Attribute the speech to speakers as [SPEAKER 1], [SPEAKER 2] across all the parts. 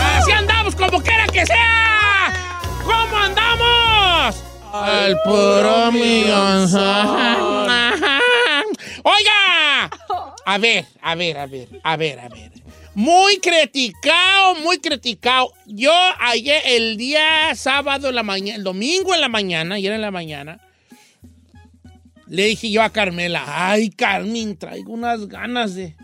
[SPEAKER 1] ¡Así andamos como quiera que sea! ¿Cómo andamos? Al puro millón. Oiga, a ver, a ver, a ver, a ver, a ver. Muy criticado, muy criticado. Yo ayer, el día sábado, en la mañana, el domingo en la mañana, ayer en la mañana, le dije yo a Carmela, ay, Carmen, traigo unas ganas de,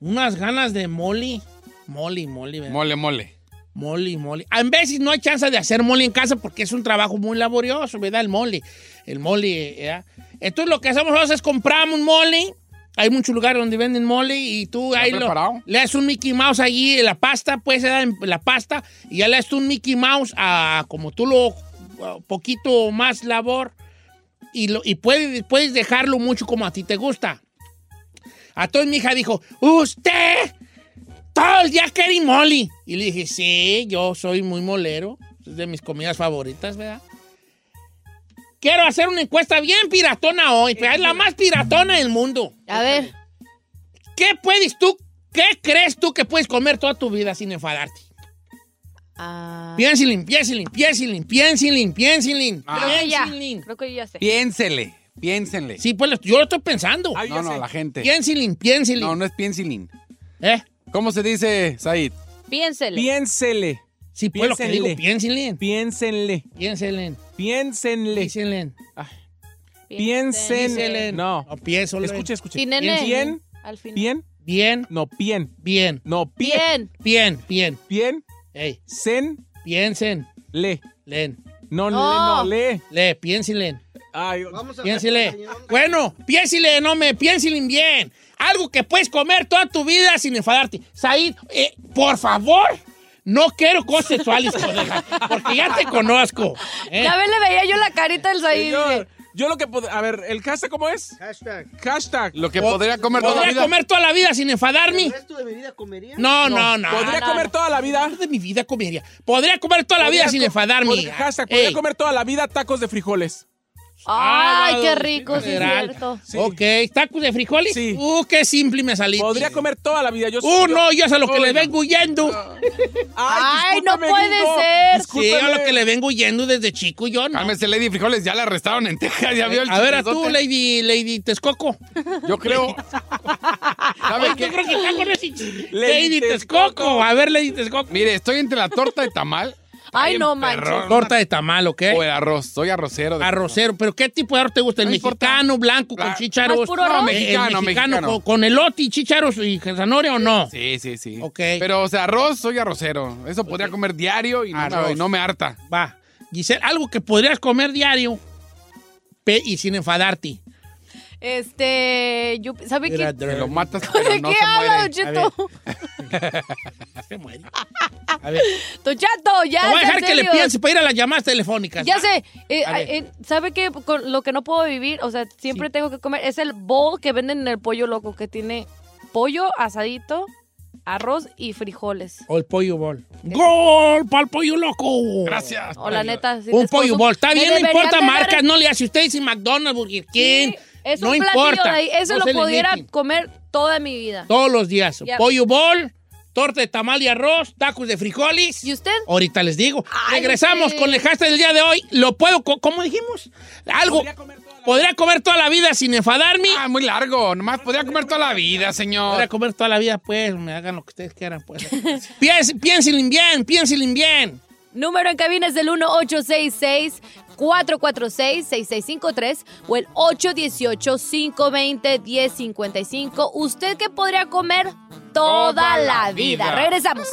[SPEAKER 1] unas ganas de Molly. Molly, Molly, ¿verdad?
[SPEAKER 2] Mole, mole.
[SPEAKER 1] Mole, mole. A veces no hay chance de hacer mole en casa porque es un trabajo muy laborioso, ¿verdad? El mole. El mole, ¿verdad? Entonces lo que hacemos nosotros es compramos un mole. Hay muchos lugares donde venden mole y tú ahí lo,
[SPEAKER 2] preparado?
[SPEAKER 1] le das un Mickey Mouse allí, en la pasta, pues se da en la pasta y ya le das tú un Mickey Mouse a como tú lo a poquito más labor y, lo, y puedes, puedes dejarlo mucho como a ti te gusta. A toda mi hija dijo, usted todo el día quería mole. Y le dije, sí, yo soy muy molero. Es de mis comidas favoritas, ¿verdad? Quiero hacer una encuesta bien piratona hoy. pero es la más piratona del mundo.
[SPEAKER 3] A ver,
[SPEAKER 1] ¿Qué puedes tú, qué crees tú que puedes comer toda tu vida sin enfadarte?
[SPEAKER 3] ah,
[SPEAKER 1] Piénsilin, piénsilin, piénsilin, piénsilin, piénsilin.
[SPEAKER 2] Ah.
[SPEAKER 3] creo que ya,
[SPEAKER 1] piénsilin.
[SPEAKER 3] creo que yo ya sé.
[SPEAKER 2] Piénsele, piénsele.
[SPEAKER 1] Sí, pues lo- yo lo estoy pensando.
[SPEAKER 4] Ah,
[SPEAKER 2] no, no, la gente.
[SPEAKER 1] Piénsilin, piénsilin.
[SPEAKER 2] No, no es piénsilin.
[SPEAKER 1] ¿Eh?
[SPEAKER 2] ¿Cómo se dice, Said?
[SPEAKER 3] Piénsele.
[SPEAKER 4] Piénsele,
[SPEAKER 1] Sí, pues lo que digo,
[SPEAKER 4] Piénsenle.
[SPEAKER 1] piénsilin.
[SPEAKER 4] piénsenle,
[SPEAKER 1] Piénsilin,
[SPEAKER 4] piénsenle,
[SPEAKER 1] piénsilin.
[SPEAKER 4] piénsenle.
[SPEAKER 1] Piénsele.
[SPEAKER 4] No,
[SPEAKER 1] No, piénsalo.
[SPEAKER 4] escuche, escuche.
[SPEAKER 3] Sin nene.
[SPEAKER 4] Bien,
[SPEAKER 3] Al final.
[SPEAKER 4] bien,
[SPEAKER 1] Bien,
[SPEAKER 4] no, bien,
[SPEAKER 1] bien,
[SPEAKER 4] no, bien,
[SPEAKER 3] Bien.
[SPEAKER 1] bien, bien.
[SPEAKER 4] bien,
[SPEAKER 1] Ey,
[SPEAKER 4] sen,
[SPEAKER 1] piensen,
[SPEAKER 4] le,
[SPEAKER 1] len,
[SPEAKER 4] no, le, no,
[SPEAKER 3] No.
[SPEAKER 4] le.
[SPEAKER 1] le, piénsilen,
[SPEAKER 4] Ay,
[SPEAKER 1] piénsile. Bueno, piénsile, no me, piénsilen bien. Algo que puedes comer toda tu vida sin enfadarte. Said, eh, por favor, no quiero cosas sexuales, colega, porque ya te conozco. ¿eh?
[SPEAKER 3] Ya ve, le veía yo la carita del Said.
[SPEAKER 4] señor, yo lo que puedo, a ver, ¿el hashtag cómo es? Hashtag. Hashtag.
[SPEAKER 2] Lo que
[SPEAKER 1] Pod-
[SPEAKER 2] podría comer toda la
[SPEAKER 1] ¿Podría
[SPEAKER 2] vida.
[SPEAKER 1] comer toda la vida sin enfadarme? ¿El resto de mi vida comería? No, no, no.
[SPEAKER 4] ¿Podría
[SPEAKER 3] no,
[SPEAKER 4] comer
[SPEAKER 3] no.
[SPEAKER 4] toda la vida?
[SPEAKER 1] El resto de mi vida comería. Podría comer toda la vida
[SPEAKER 4] Podría
[SPEAKER 1] sin
[SPEAKER 4] co-
[SPEAKER 1] enfadarme.
[SPEAKER 4] pod- Hashtag, podría
[SPEAKER 1] Ey.
[SPEAKER 4] comer toda la vida tacos de frijoles.
[SPEAKER 3] Ay, qué
[SPEAKER 1] Sábado,
[SPEAKER 3] rico, sí, es
[SPEAKER 1] general.
[SPEAKER 3] cierto.
[SPEAKER 4] Sí.
[SPEAKER 1] Ok, ¿tacos de frijoles?
[SPEAKER 4] Sí.
[SPEAKER 1] Uh, qué simple me salí.
[SPEAKER 4] Podría comer toda la vida. Yo
[SPEAKER 1] Uh,
[SPEAKER 4] yo-
[SPEAKER 1] no, yo es a lo que le
[SPEAKER 4] Bueno.
[SPEAKER 1] vengo huyendo.
[SPEAKER 3] Ay, no
[SPEAKER 4] discúlpame,
[SPEAKER 3] puede
[SPEAKER 4] gringo.
[SPEAKER 3] ser.
[SPEAKER 1] Sí,
[SPEAKER 4] Discúlpame.
[SPEAKER 1] a lo que le vengo huyendo desde chico yo,
[SPEAKER 4] Ah,
[SPEAKER 1] ¿no?
[SPEAKER 2] Cálmese, Lady Frijoles, ya la arrestaron en Texas, ya vio el
[SPEAKER 1] A ver, a tú,
[SPEAKER 2] chismesote.
[SPEAKER 1] Lady, Lady Texcoco.
[SPEAKER 2] Yo creo. ¿Sabe
[SPEAKER 1] Yo
[SPEAKER 2] qué?
[SPEAKER 1] creo que está con ese ch-
[SPEAKER 4] Lady
[SPEAKER 1] Lady Texcoco.
[SPEAKER 4] Texcoco.
[SPEAKER 1] A ver, Lady Texcoco.
[SPEAKER 2] Mire, estoy entre la torta de tamal
[SPEAKER 3] Ay, no
[SPEAKER 2] Bien perrón.
[SPEAKER 3] manches.
[SPEAKER 1] Torta de tamal, ¿ok?
[SPEAKER 2] o el arroz. Soy arrocero. de-
[SPEAKER 1] Arrocero. ¿Pero qué tipo de arroz te gusta? ¿El
[SPEAKER 2] No importa.
[SPEAKER 1] mexicano, blanco,
[SPEAKER 2] Bla-
[SPEAKER 1] con chícharos?
[SPEAKER 3] ¿Más Ah, puro arroz?
[SPEAKER 1] Eh,
[SPEAKER 2] Mexicano,
[SPEAKER 1] el mexicano,
[SPEAKER 2] mexicano.
[SPEAKER 1] Con, con elote y chícharos y zanahoria o no?
[SPEAKER 2] Sí, sí, sí.
[SPEAKER 1] Ok.
[SPEAKER 2] Pero, o sea, arroz, soy arrocero. Eso podría comer diario y no,
[SPEAKER 1] Arroz.
[SPEAKER 2] me, y no me harta.
[SPEAKER 1] Va. Giselle, algo que podrías comer diario pe- y sin enfadarte.
[SPEAKER 3] Este, yo, ¿sabe qué?
[SPEAKER 1] Mira,
[SPEAKER 2] Te lo
[SPEAKER 1] dr-
[SPEAKER 2] matas, pero
[SPEAKER 3] ¿De
[SPEAKER 2] no
[SPEAKER 3] qué
[SPEAKER 2] se
[SPEAKER 3] habla, Don
[SPEAKER 2] muere.
[SPEAKER 3] Cheto?
[SPEAKER 1] se muere. A ver.
[SPEAKER 3] Don Cheto, ya.
[SPEAKER 1] Te voy a
[SPEAKER 3] sea
[SPEAKER 1] dejar que le
[SPEAKER 3] serio.
[SPEAKER 1] piense para ir a las llamadas telefónicas.
[SPEAKER 3] Ya sé, eh,
[SPEAKER 1] A ver.
[SPEAKER 3] eh, ¿sabe qué? Con lo que no puedo vivir, o sea, siempre tengo que comer, es el bowl que venden en el pollo loco, que tiene pollo asadito, arroz y frijoles.
[SPEAKER 1] O el pollo bol. ¡Gol para el pollo loco!
[SPEAKER 2] Gracias.
[SPEAKER 3] O la neta. sí
[SPEAKER 1] Un
[SPEAKER 3] les
[SPEAKER 1] pollo
[SPEAKER 3] consumo.
[SPEAKER 1] bol. Está
[SPEAKER 3] Me
[SPEAKER 1] bien, no
[SPEAKER 3] deberían
[SPEAKER 1] importa
[SPEAKER 3] de dar-
[SPEAKER 1] marcas, no le hace usted si McDonald's, Burger King.
[SPEAKER 3] Sí, es
[SPEAKER 1] no
[SPEAKER 3] un platillo
[SPEAKER 1] importa.
[SPEAKER 3] de ahí, Eso
[SPEAKER 1] No se
[SPEAKER 3] lo
[SPEAKER 1] le
[SPEAKER 3] pudiera
[SPEAKER 1] nieguen.
[SPEAKER 3] comer toda mi vida.
[SPEAKER 1] Todos los días.
[SPEAKER 3] Ya.
[SPEAKER 1] Pollo bol, torta de tamal y arroz, tacos de frijoles.
[SPEAKER 3] ¿Y usted?
[SPEAKER 1] Ahorita les digo.
[SPEAKER 3] Ay,
[SPEAKER 1] Regresamos
[SPEAKER 3] sí.
[SPEAKER 1] con el hashtag del día de hoy. Lo puedo, co- ¿cómo dijimos? Algo.
[SPEAKER 4] Podría comer toda la
[SPEAKER 1] Podría comer toda la vida sin enfadarme.
[SPEAKER 2] Ah, muy largo. Nomás podría comer toda la vida,
[SPEAKER 1] Podría
[SPEAKER 2] señor.
[SPEAKER 1] comer toda la vida, pues. Me hagan lo que ustedes quieran, pues. Piens- Piénsenlo bien, piénsenlo bien.
[SPEAKER 3] Número en cabina es el 1-866-446-6653 o el 818-520-1055. ¿Usted qué podría comer toda,
[SPEAKER 2] Toda
[SPEAKER 3] la,
[SPEAKER 2] la
[SPEAKER 3] vida?
[SPEAKER 2] vida.
[SPEAKER 3] Regresamos.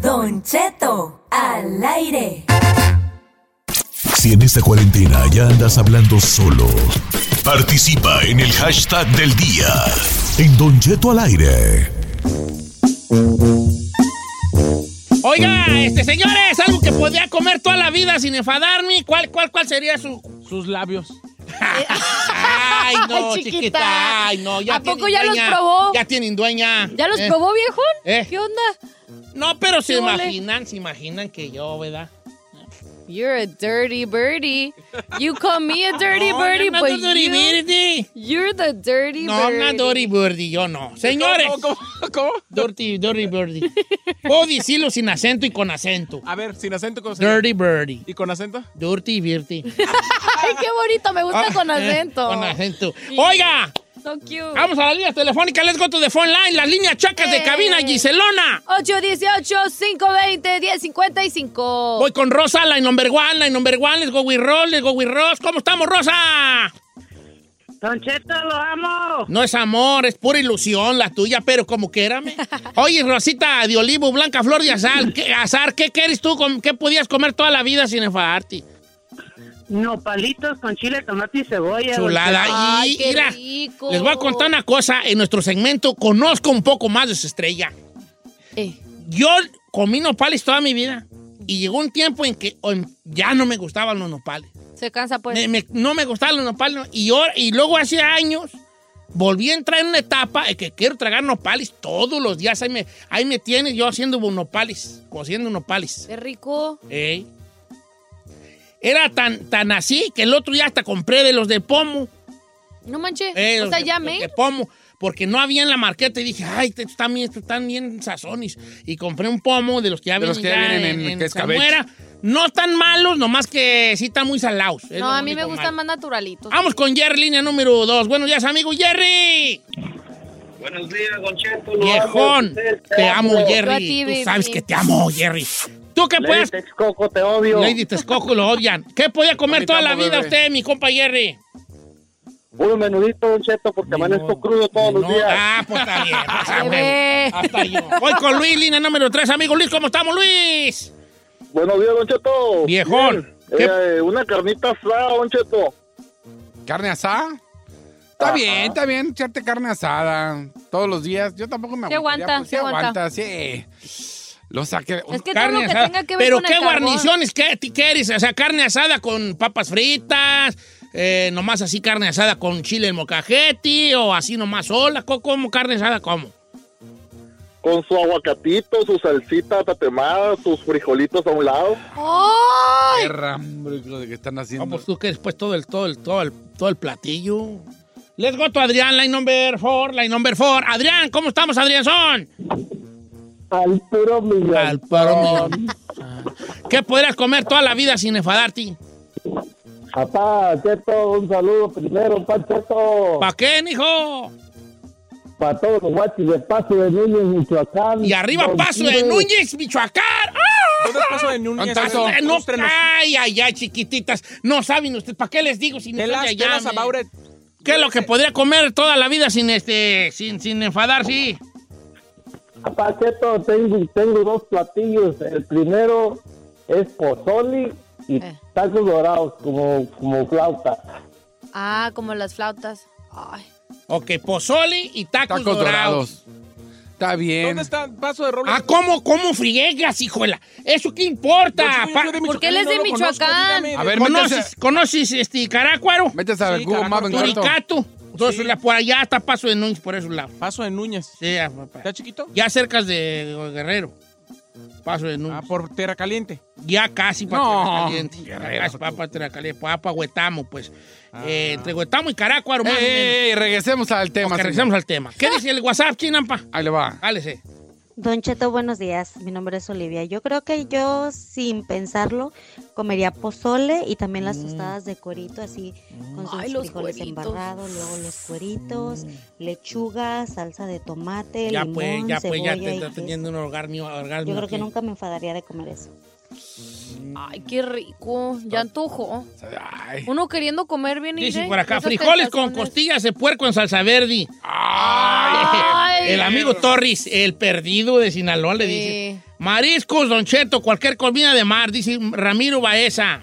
[SPEAKER 5] Don Cheto, al aire.
[SPEAKER 6] Si en esta cuarentena ya andas hablando solo, participa en el hashtag del día. En Don Cheto al aire.
[SPEAKER 1] Oiga, este, señores, algo que podría comer toda la vida sin enfadarme. ¿Cuál, cuál, cuál sería su...?
[SPEAKER 4] Sus labios.
[SPEAKER 1] Ay, no,
[SPEAKER 3] Ay,
[SPEAKER 1] chiquita.
[SPEAKER 3] chiquita.
[SPEAKER 1] Ay, no. Ya
[SPEAKER 3] ¿A poco
[SPEAKER 1] tienen
[SPEAKER 3] ya los
[SPEAKER 1] dueña,
[SPEAKER 3] probó?
[SPEAKER 1] Ya tienen dueña.
[SPEAKER 3] ¿Ya los
[SPEAKER 1] Eh,
[SPEAKER 3] probó, viejón?
[SPEAKER 1] Eh.
[SPEAKER 3] ¿Qué onda?
[SPEAKER 1] No, pero se
[SPEAKER 3] ¿Qué ole?
[SPEAKER 1] imaginan, se imaginan que yo, ¿verdad?
[SPEAKER 3] You're a dirty birdie. You call me a dirty
[SPEAKER 1] No,
[SPEAKER 3] birdie,
[SPEAKER 1] yo no
[SPEAKER 3] but
[SPEAKER 1] ando dirty
[SPEAKER 3] you,
[SPEAKER 1] birdie.
[SPEAKER 3] you're the dirty
[SPEAKER 1] No,
[SPEAKER 3] birdie.
[SPEAKER 1] no dirty birdie, yo no. Señores,
[SPEAKER 4] ¿Cómo, cómo, cómo?
[SPEAKER 1] dirty, dirty birdie. Puedo decirlo sin acento y con acento.
[SPEAKER 4] A ver, sin acento con
[SPEAKER 1] Dirty birdie.
[SPEAKER 4] ¿Y con acento?
[SPEAKER 1] Dirty birdie.
[SPEAKER 3] Ay, qué bonito, me gusta con acento.
[SPEAKER 1] Ah, eh, Con acento. Oiga,
[SPEAKER 3] So cute.
[SPEAKER 1] vamos a las líneas telefónicas. Let's go to the phone line. Las líneas chacas de
[SPEAKER 3] Eh.
[SPEAKER 1] cabina, Giselona.
[SPEAKER 3] 818-520-1055.
[SPEAKER 1] Voy con Rosa, la number one, la number one. Let's go with Ross, let's go with Ross. ¿Cómo estamos, Rosa?
[SPEAKER 7] Don Cheto, lo amo.
[SPEAKER 1] No es amor, es pura ilusión la tuya, pero como quérame. Oye, Rosita de olivo, blanca flor de azar, ¿qué, azar, ¿qué quieres tú? com- ¿Qué podías comer toda la vida sin enfadarte?
[SPEAKER 7] Nopalitos con chile, tomate y cebolla. don
[SPEAKER 1] Chulada.
[SPEAKER 7] Cheto.
[SPEAKER 3] Ay,
[SPEAKER 1] y
[SPEAKER 3] qué
[SPEAKER 1] mira,
[SPEAKER 3] rico.
[SPEAKER 1] les voy a contar una cosa. En nuestro segmento conozco un poco más de su estrella.
[SPEAKER 3] Eh,
[SPEAKER 1] Yo comí nopales toda mi vida y llegó un tiempo en que em, ya no me gustaban los nopales.
[SPEAKER 3] se cansa, pues.
[SPEAKER 1] Me- me- no me gustaban los nopales. no. Y, ahora- y luego hace años volví a entrar en una etapa en que quiero tragar nopales todos los días. Ahí me, ahí me tienes yo haciendo nopales, cociendo nopales.
[SPEAKER 3] Qué rico.
[SPEAKER 1] Ey. Era tan, tan así que el otro día hasta compré de los de pomo.
[SPEAKER 3] No manches.
[SPEAKER 1] eh,
[SPEAKER 3] o
[SPEAKER 1] los
[SPEAKER 3] sea,
[SPEAKER 1] de-
[SPEAKER 3] ya
[SPEAKER 1] los
[SPEAKER 3] me.
[SPEAKER 1] de pomo. Porque no había en la marqueta y dije, ay, estos están bien, estos están bien sazones. Y compré un pomo de los que ya
[SPEAKER 2] De los que ya
[SPEAKER 1] ya
[SPEAKER 2] vienen en escabeche.
[SPEAKER 1] salmuera. No tan malos, nomás que sí están muy salados. Es
[SPEAKER 3] No,
[SPEAKER 1] lo Ah,
[SPEAKER 3] a mí me
[SPEAKER 1] único
[SPEAKER 3] gustan
[SPEAKER 1] malo.
[SPEAKER 3] más naturalitos.
[SPEAKER 1] Vamos con Jerry, línea número 2. Buenos días, amigo Jerry.
[SPEAKER 7] Buenos días, Don Cheto. Lo
[SPEAKER 1] Viejón, te amo,
[SPEAKER 3] Yo a
[SPEAKER 1] Jerry.
[SPEAKER 3] ti,
[SPEAKER 1] Tú
[SPEAKER 3] baby.
[SPEAKER 1] sabes que te amo, Jerry. ¿Tú qué puedes?
[SPEAKER 7] Texcoco, te odio.
[SPEAKER 1] Lady Texcoco lo odian. ¿Qué podía comer
[SPEAKER 2] Ahorita
[SPEAKER 1] toda la
[SPEAKER 2] amo,
[SPEAKER 1] vida
[SPEAKER 2] bebé.
[SPEAKER 1] usted, mi compa Jerry?
[SPEAKER 7] Puro menudito, Don Cheto, porque amanezco crudo todos los
[SPEAKER 1] No,
[SPEAKER 7] días.
[SPEAKER 1] Ah, pues está bien. pues, a huevo.
[SPEAKER 3] Bebé.
[SPEAKER 1] Hasta yo. Voy con Luis, línea número 3. Amigo Luis, ¿cómo estamos, Luis?
[SPEAKER 7] Buenos días, Don Cheto.
[SPEAKER 1] Viejón. ¿Qué-
[SPEAKER 7] Eh, una carnita asada, Don Cheto.
[SPEAKER 2] ¿Carne asada? Está bien, está bien echarte carne asada todos los días. Yo tampoco me
[SPEAKER 3] Sí aguanta,
[SPEAKER 2] pues,
[SPEAKER 3] sí aguanta.
[SPEAKER 2] sí. Lo saqué.
[SPEAKER 3] Es que todo lo
[SPEAKER 1] Carne
[SPEAKER 3] que
[SPEAKER 1] asada.
[SPEAKER 3] tenga que ver
[SPEAKER 1] Pero
[SPEAKER 3] con
[SPEAKER 1] qué
[SPEAKER 3] el carbón.
[SPEAKER 1] guarniciones qué ti- quieres, o sea, carne asada con papas fritas, eh, nomás así carne asada con chile en mocajete o así nomás sola, co- ¿cómo carne asada cómo?
[SPEAKER 7] Con su aguacatito, su salsita tatemada, sus frijolitos a un lado.
[SPEAKER 3] ¡Ay!
[SPEAKER 2] Perra, hombre, lo de que están haciendo.
[SPEAKER 1] Vamos tú que después todo el todo el todo el todo el platillo. Let's go to Adrián, line number four, line number four. Adrián, ¿cómo estamos, Adrián? Son.
[SPEAKER 7] Al puro millón.
[SPEAKER 1] Al paro millón. Ah. ¿Qué podrías comer toda la vida sin enfadarte?
[SPEAKER 7] Papá, Cheto, un saludo primero, pa' Cheto.
[SPEAKER 1] ¿Para qué, hijo?
[SPEAKER 7] Para todos los guachis de Paso de Núñez, Michoacán.
[SPEAKER 1] Y arriba
[SPEAKER 7] Don
[SPEAKER 1] paso de
[SPEAKER 7] Chile.
[SPEAKER 1] Núñez, Michoacán. ¡Ah!
[SPEAKER 4] ¿Dónde paso de Núñez?
[SPEAKER 1] Paso de- no,
[SPEAKER 4] Ilústrenos.
[SPEAKER 1] ay, ay, ay, chiquititas. No saben ustedes, ¿para qué les digo si no
[SPEAKER 4] Tell
[SPEAKER 1] son
[SPEAKER 4] us-
[SPEAKER 1] de allá,
[SPEAKER 4] tell us
[SPEAKER 1] men?
[SPEAKER 4] about it.
[SPEAKER 1] ¿Qué es lo que podría comer toda la vida sin este, sin, sin enfadar, sí?
[SPEAKER 7] Papá, Cheto, tengo, tengo dos platillos. El primero es pozoli y
[SPEAKER 3] Eh.
[SPEAKER 7] tacos dorados, como, como flauta.
[SPEAKER 3] Ah, como las flautas. Ay.
[SPEAKER 1] Ok, pozole y tacos,
[SPEAKER 2] Tacos dorados.
[SPEAKER 1] dorados.
[SPEAKER 2] Está bien.
[SPEAKER 4] ¿Dónde está Paso de Robles?
[SPEAKER 1] Ah, ¿cómo, cómo friegas, hijuela? ¿Eso qué importa? Pa-
[SPEAKER 3] ¿Por qué él es de Michoacán?
[SPEAKER 2] A ver,
[SPEAKER 1] ¿Conoces,
[SPEAKER 2] métese,
[SPEAKER 1] conoces este, Carácuaro?
[SPEAKER 2] métese a
[SPEAKER 4] Sí,
[SPEAKER 2] Google
[SPEAKER 4] carajo,
[SPEAKER 2] Maps en corto.
[SPEAKER 1] Turicato. Entonces,
[SPEAKER 4] Sí.
[SPEAKER 1] la- por allá está Paso de Núñez, por esos lados.
[SPEAKER 4] Paso de Núñez.
[SPEAKER 1] Sí, ya, papá.
[SPEAKER 4] ¿Está chiquito?
[SPEAKER 1] ya cerca de Guerrero. Paso de nubes.
[SPEAKER 4] Ah, por tierra caliente.
[SPEAKER 1] Ya casi para
[SPEAKER 4] No,
[SPEAKER 1] Tierra Caliente. Ya
[SPEAKER 4] guerrero
[SPEAKER 1] casi para, para Tierra Caliente, para, para Huetamo, pues. Eh, entre Huetamo y Caracuaro, más o
[SPEAKER 2] Ey,
[SPEAKER 1] menos.
[SPEAKER 2] ey, ey, regresemos al tema.
[SPEAKER 1] Ok,
[SPEAKER 2] señor.
[SPEAKER 1] regresemos al tema. ¿Qué dice el WhatsApp, Chinampa?
[SPEAKER 2] Ahí le va.
[SPEAKER 1] Álese.
[SPEAKER 8] Don Cheto, buenos días. Mi nombre es Olivia. Yo creo que yo, sin pensarlo, comería pozole y también
[SPEAKER 1] Mm.
[SPEAKER 8] las tostadas de cuerito, así con sus
[SPEAKER 3] Ay, los
[SPEAKER 8] frijoles
[SPEAKER 3] cueritos.
[SPEAKER 8] embarrados, luego los cueritos, lechuga, salsa de tomate,
[SPEAKER 1] Mm. Ya
[SPEAKER 8] limón,
[SPEAKER 1] pues, ya pues, ya
[SPEAKER 8] cebolla
[SPEAKER 1] te
[SPEAKER 8] y
[SPEAKER 1] está
[SPEAKER 8] queso.
[SPEAKER 1] teniendo un orgasmo. orgasmo
[SPEAKER 8] Yo creo que
[SPEAKER 1] aquí.
[SPEAKER 8] nunca me enfadaría de comer eso.
[SPEAKER 3] Ay, qué rico. Ya antojo.
[SPEAKER 2] Ay.
[SPEAKER 3] Uno queriendo comer bien y
[SPEAKER 1] Dice
[SPEAKER 3] de-
[SPEAKER 1] por acá,
[SPEAKER 3] esas
[SPEAKER 1] frijoles con
[SPEAKER 3] tentaciones.
[SPEAKER 1] costillas de puerco en salsa verde.
[SPEAKER 3] Ay.
[SPEAKER 1] El amigo Torres, el perdido de Sinaloa, le
[SPEAKER 3] Sí.
[SPEAKER 1] dice. Mariscos, Don Cheto, cualquier comida de mar, dice Ramiro Baeza.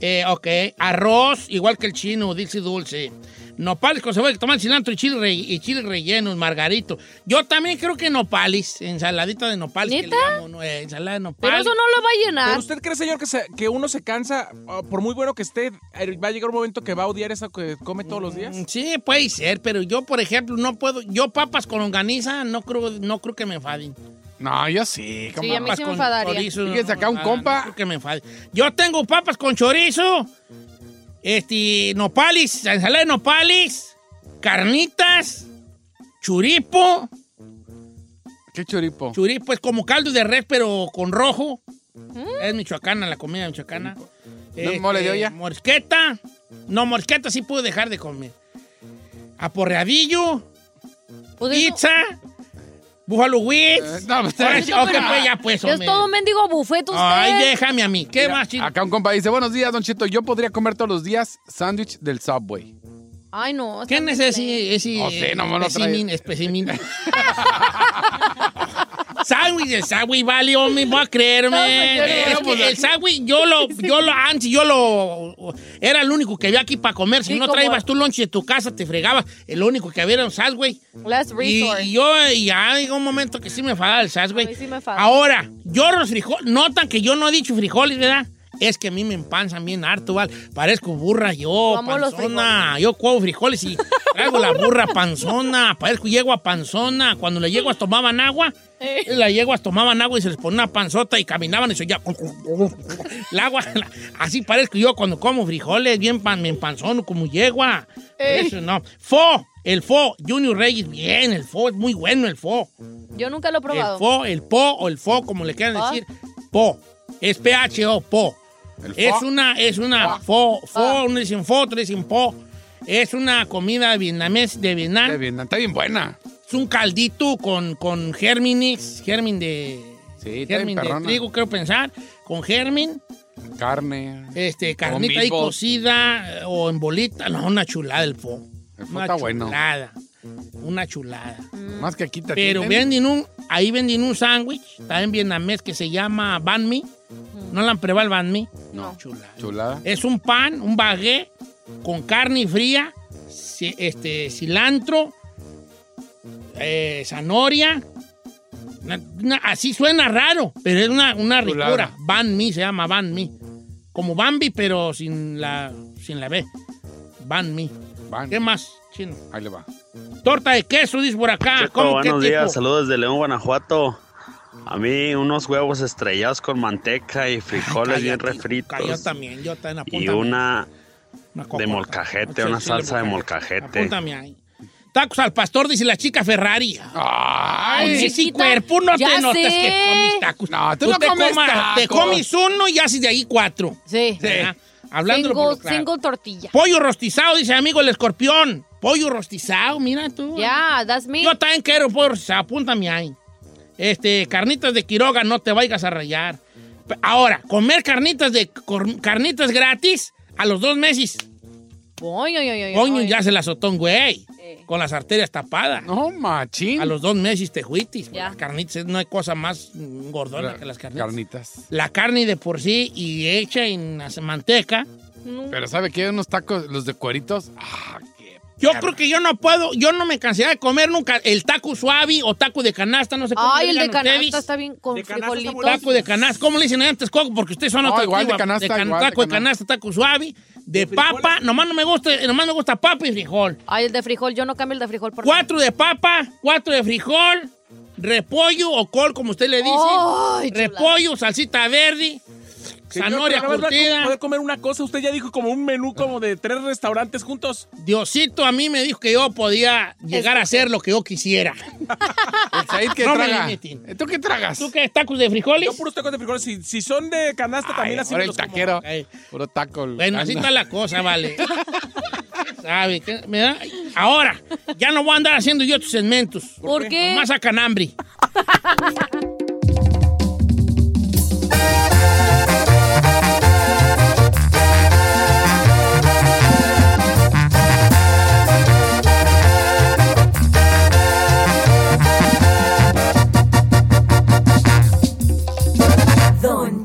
[SPEAKER 1] Eh, ok, arroz, igual que el chino, dice dulce. Nopales con cebolla, tomar cilantro y chile, re- y chile rellenos, margarito. Yo también creo que nopales, ensaladita de nopales. que le
[SPEAKER 3] ¿Neta?
[SPEAKER 1] llamo, no, eh, ensalada de
[SPEAKER 3] Pero
[SPEAKER 1] nopales.
[SPEAKER 3] eso no lo va a llenar.
[SPEAKER 4] ¿Pero usted cree, señor, que, se- que uno se cansa, ah, por muy bueno que esté, eh, va a llegar un momento que va a odiar eso que come todos los días?
[SPEAKER 1] Mm, Sí, puede ser, pero yo, por ejemplo, no puedo. Yo papas con longaniza no creo, no creo que me enfaden.
[SPEAKER 2] No, yo sí.
[SPEAKER 3] Sí, a mí
[SPEAKER 1] Papas
[SPEAKER 3] sí me
[SPEAKER 1] con
[SPEAKER 3] enfadaría.
[SPEAKER 1] chorizo,
[SPEAKER 2] Fíjese acá, un
[SPEAKER 1] ah,
[SPEAKER 2] compa.
[SPEAKER 1] no creo que me enfade. Yo tengo papas con chorizo, este, nopales, ensalada de nopales, carnitas, churipo.
[SPEAKER 2] Qué choripo.
[SPEAKER 1] Churipo es como caldo de res, pero con rojo.
[SPEAKER 3] ¿Mm?
[SPEAKER 1] Es michoacana, la comida michoacana. Este,
[SPEAKER 2] mole de olla?
[SPEAKER 1] Morqueta. No, morqueta sí puedo dejar de comer. Aporreadillo.
[SPEAKER 3] Pues eso-
[SPEAKER 1] pizza, Buffalo
[SPEAKER 2] Eh,
[SPEAKER 1] Wings.
[SPEAKER 2] no, pues,
[SPEAKER 1] Ahora sí,
[SPEAKER 3] eso,
[SPEAKER 1] ok,
[SPEAKER 3] pero-
[SPEAKER 1] pues ya pues,
[SPEAKER 3] Es
[SPEAKER 1] hombre.
[SPEAKER 3] todo mendigo buffet usted.
[SPEAKER 1] Ay, déjame a mí. ¿Qué
[SPEAKER 2] Mira,
[SPEAKER 1] más, chico?
[SPEAKER 2] Acá un compa dice, buenos días, Don Cheto. Yo podría comer todos los días sándwich del Subway.
[SPEAKER 3] Ay, no. está
[SPEAKER 1] ¿Quién
[SPEAKER 3] bien
[SPEAKER 1] es
[SPEAKER 3] feo.
[SPEAKER 1] ese? ese
[SPEAKER 2] No sé, no me lo
[SPEAKER 1] especímen-
[SPEAKER 2] trae.
[SPEAKER 1] especímen? Sándwich, el sándwich vale, hombre, voy
[SPEAKER 3] No,
[SPEAKER 1] a
[SPEAKER 3] señor,
[SPEAKER 1] creerme. Es
[SPEAKER 3] no,
[SPEAKER 1] que el sándwich, yo lo, yo lo, antes, yo lo, era el único que había aquí para comer. Si
[SPEAKER 3] Sí,
[SPEAKER 1] no
[SPEAKER 3] como-
[SPEAKER 1] traías tu lunch de tu casa, te fregabas. El único que había era un sándwich.
[SPEAKER 3] Last
[SPEAKER 1] Y,
[SPEAKER 3] resort.
[SPEAKER 1] y yo, eh, ya llegó un momento que sí me enfadaba el sas,
[SPEAKER 3] A
[SPEAKER 1] güey.
[SPEAKER 3] mí sí me enfada.
[SPEAKER 1] Ahora, yo los frijoles, notan que yo no he dicho frijoles, ¿verdad? Es que a mí me empanzan bien harto, ¿vale? Parezco burra yo,
[SPEAKER 3] Yo amo los
[SPEAKER 1] panzona. Yo cuevo frijoles y traigo la burra panzona. Parezco yegua panzona. Cuando las yeguas tomaban agua, las yeguas tomaban agua y se les ponía una panzota y caminaban y se oía... El agua, la- así parezco yo cuando como frijoles, bien pan, me empanzono como yegua. Por
[SPEAKER 3] Ey.
[SPEAKER 1] eso no. Fo, el fo, Junior Reyes, bien, el fo, es muy bueno el fo.
[SPEAKER 3] Yo nunca lo he
[SPEAKER 1] El
[SPEAKER 3] probado.
[SPEAKER 1] fo, el po o el fo, como le quieran
[SPEAKER 3] ¿Ah?
[SPEAKER 1] decir. Po, es P-H-O, po.
[SPEAKER 2] El
[SPEAKER 1] Es
[SPEAKER 2] pho.
[SPEAKER 1] una, es una fo, fo, uno dicen fo, otro dicen po. Es una comida vietnamés de Vietnam.
[SPEAKER 2] Está bien, está bien buena.
[SPEAKER 1] Es un caldito con, con gérminis, germin de...
[SPEAKER 2] Sí, está bien
[SPEAKER 1] germin de
[SPEAKER 2] perrona.
[SPEAKER 1] trigo, quiero pensar. Con germin.
[SPEAKER 2] Carne.
[SPEAKER 1] Este,
[SPEAKER 2] Con
[SPEAKER 1] carnita ahí
[SPEAKER 2] meatballs.
[SPEAKER 1] cocida eh, o en bolita. No, una chulada el po.
[SPEAKER 2] El pho
[SPEAKER 1] Una
[SPEAKER 2] está bueno.
[SPEAKER 1] chulada. Una chulada.
[SPEAKER 2] Más que aquí ¿eh? te
[SPEAKER 1] Pero
[SPEAKER 2] atienden.
[SPEAKER 1] venden un, ahí venden un sándwich, también vietnamés, que se llama banh mi. ¿No la han probado el banh mi?
[SPEAKER 3] No.
[SPEAKER 1] Chulada.
[SPEAKER 2] Chulada.
[SPEAKER 1] Es un pan, un bagué, con carne fría, ci- este, cilantro, eh, zanahoria. Una- una- así suena raro, pero es una, una
[SPEAKER 2] Chulada.
[SPEAKER 1] ricura. Banh mi se llama banh mi. Como Bambi, pero sin la, sin la B. Banh mi.
[SPEAKER 2] Van.
[SPEAKER 1] ¿Qué más, chino?
[SPEAKER 2] Ahí le va.
[SPEAKER 1] Torta de queso, dice por acá.
[SPEAKER 9] Checo,
[SPEAKER 1] Ah, ¿Cómo qué
[SPEAKER 9] buenos
[SPEAKER 1] tipo?
[SPEAKER 9] días, saludos de León, Guanajuato. A mí unos huevos estrellados con manteca y frijoles
[SPEAKER 1] Cállate,
[SPEAKER 9] bien
[SPEAKER 1] Yo
[SPEAKER 9] refritos.
[SPEAKER 1] también, yo también.
[SPEAKER 9] Y
[SPEAKER 1] apúntame.
[SPEAKER 9] una
[SPEAKER 1] Una
[SPEAKER 9] de
[SPEAKER 1] cocota.
[SPEAKER 9] molcajete,
[SPEAKER 1] Sí,
[SPEAKER 9] una
[SPEAKER 1] sí,
[SPEAKER 9] salsa de molcajete.
[SPEAKER 1] Apúntame ahí. Tacos al pastor, dice la chica Ferrari.
[SPEAKER 2] Ay,
[SPEAKER 1] Ay,
[SPEAKER 3] Ay,
[SPEAKER 1] ese
[SPEAKER 3] chiquita,
[SPEAKER 1] cuerpo no
[SPEAKER 3] ya
[SPEAKER 1] te notas
[SPEAKER 3] sé.
[SPEAKER 1] que comes tacos.
[SPEAKER 2] No, tú no
[SPEAKER 1] te
[SPEAKER 2] comes
[SPEAKER 1] Te
[SPEAKER 2] tacos.
[SPEAKER 1] comes uno y haces de ahí cuatro.
[SPEAKER 3] Sí.
[SPEAKER 1] ¿verdad? Hablándolo por
[SPEAKER 3] Cinco,
[SPEAKER 1] lo claro.
[SPEAKER 3] cinco tortillas.
[SPEAKER 1] Pollo rostizado, dice amigo el escorpión. Pollo rostizado, mira tú.
[SPEAKER 3] Ya, that's me.
[SPEAKER 1] Yo también quiero pollo rostizado, apúntame ahí. Este, carnitas de Quiroga, no te vayas a rayar. P- Ahora, comer carnitas de cor- carnitas gratis a los dos meses.
[SPEAKER 3] Coño, yo, yo, yo,
[SPEAKER 1] Coño,
[SPEAKER 3] yo.
[SPEAKER 1] ya se la azotó un güey.
[SPEAKER 3] Sí.
[SPEAKER 1] Con las arterias tapadas.
[SPEAKER 2] No, machín.
[SPEAKER 1] A los dos meses te juitis.
[SPEAKER 3] Ya.
[SPEAKER 1] Las carnitas, no hay cosa más mm, gordona que las carnitas.
[SPEAKER 2] Carnitas.
[SPEAKER 1] La carne de por sí y hecha en as- manteca.
[SPEAKER 3] No.
[SPEAKER 2] Pero ¿sabe qué? Unos tacos, los de cueritos. Ah, qué...
[SPEAKER 1] Yo
[SPEAKER 2] perro.
[SPEAKER 1] creo que yo no puedo, yo no me cansé de comer nunca el taco suave o taco de canasta, no sé cómo
[SPEAKER 3] Ay,
[SPEAKER 1] le
[SPEAKER 3] el de
[SPEAKER 1] digan ustedes.
[SPEAKER 3] canasta está bien con
[SPEAKER 4] De canasta está
[SPEAKER 3] frijolitos.
[SPEAKER 4] bueno.
[SPEAKER 1] Taco de canasta, ¿cómo le dicen antes, Coco? Porque ustedes son
[SPEAKER 2] No,
[SPEAKER 1] otra
[SPEAKER 2] igual de
[SPEAKER 1] antigua.
[SPEAKER 2] canasta, igual de
[SPEAKER 1] taco de
[SPEAKER 2] canasta.
[SPEAKER 1] canasta, taco suave, de,
[SPEAKER 4] frijoles?
[SPEAKER 1] papa, nomás no me gusta, nomás me gusta papa y frijol.
[SPEAKER 3] Ay, el de frijol. Yo no cambio el de frijol por nada.
[SPEAKER 1] Cuatro de papa, cuatro de frijol, repollo o col, como usted le dice.
[SPEAKER 3] Ay, chulada.
[SPEAKER 1] repollo, salsita verde,
[SPEAKER 4] Señor,
[SPEAKER 1] zanahoria
[SPEAKER 4] pero nada más va a
[SPEAKER 1] curtida.
[SPEAKER 4] poder comer una cosa. Usted ya dijo como un menú como de tres restaurantes juntos.
[SPEAKER 1] Diosito a mí me dijo que yo podía llegar a hacer lo que yo quisiera.
[SPEAKER 2] Said, ¿qué
[SPEAKER 1] No me
[SPEAKER 2] traga?
[SPEAKER 1] limiten.
[SPEAKER 2] Eh, ¿Tú qué tragas?
[SPEAKER 1] ¿Tú qué, tacos de frijoles?
[SPEAKER 4] Yo puros tacos de frijoles. Si, si son de canasta también
[SPEAKER 2] Ay,
[SPEAKER 4] así
[SPEAKER 2] ahora
[SPEAKER 4] me
[SPEAKER 2] el
[SPEAKER 4] los como.
[SPEAKER 2] taquero.
[SPEAKER 1] Ey.
[SPEAKER 2] Puro taco.
[SPEAKER 1] Bueno, así está la cosa, vale. ¿Sabe? qué? Me da- Ahora, ya no voy a andar haciendo yo tus segmentos.
[SPEAKER 3] ¿Por qué?
[SPEAKER 1] Más a canambre.
[SPEAKER 5] Don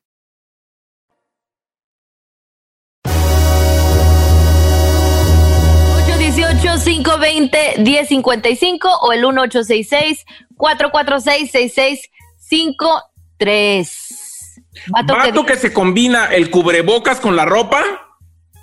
[SPEAKER 10] o el 1866-446-6653. Vato que-
[SPEAKER 4] Vato que se combina el cubrebocas con la ropa.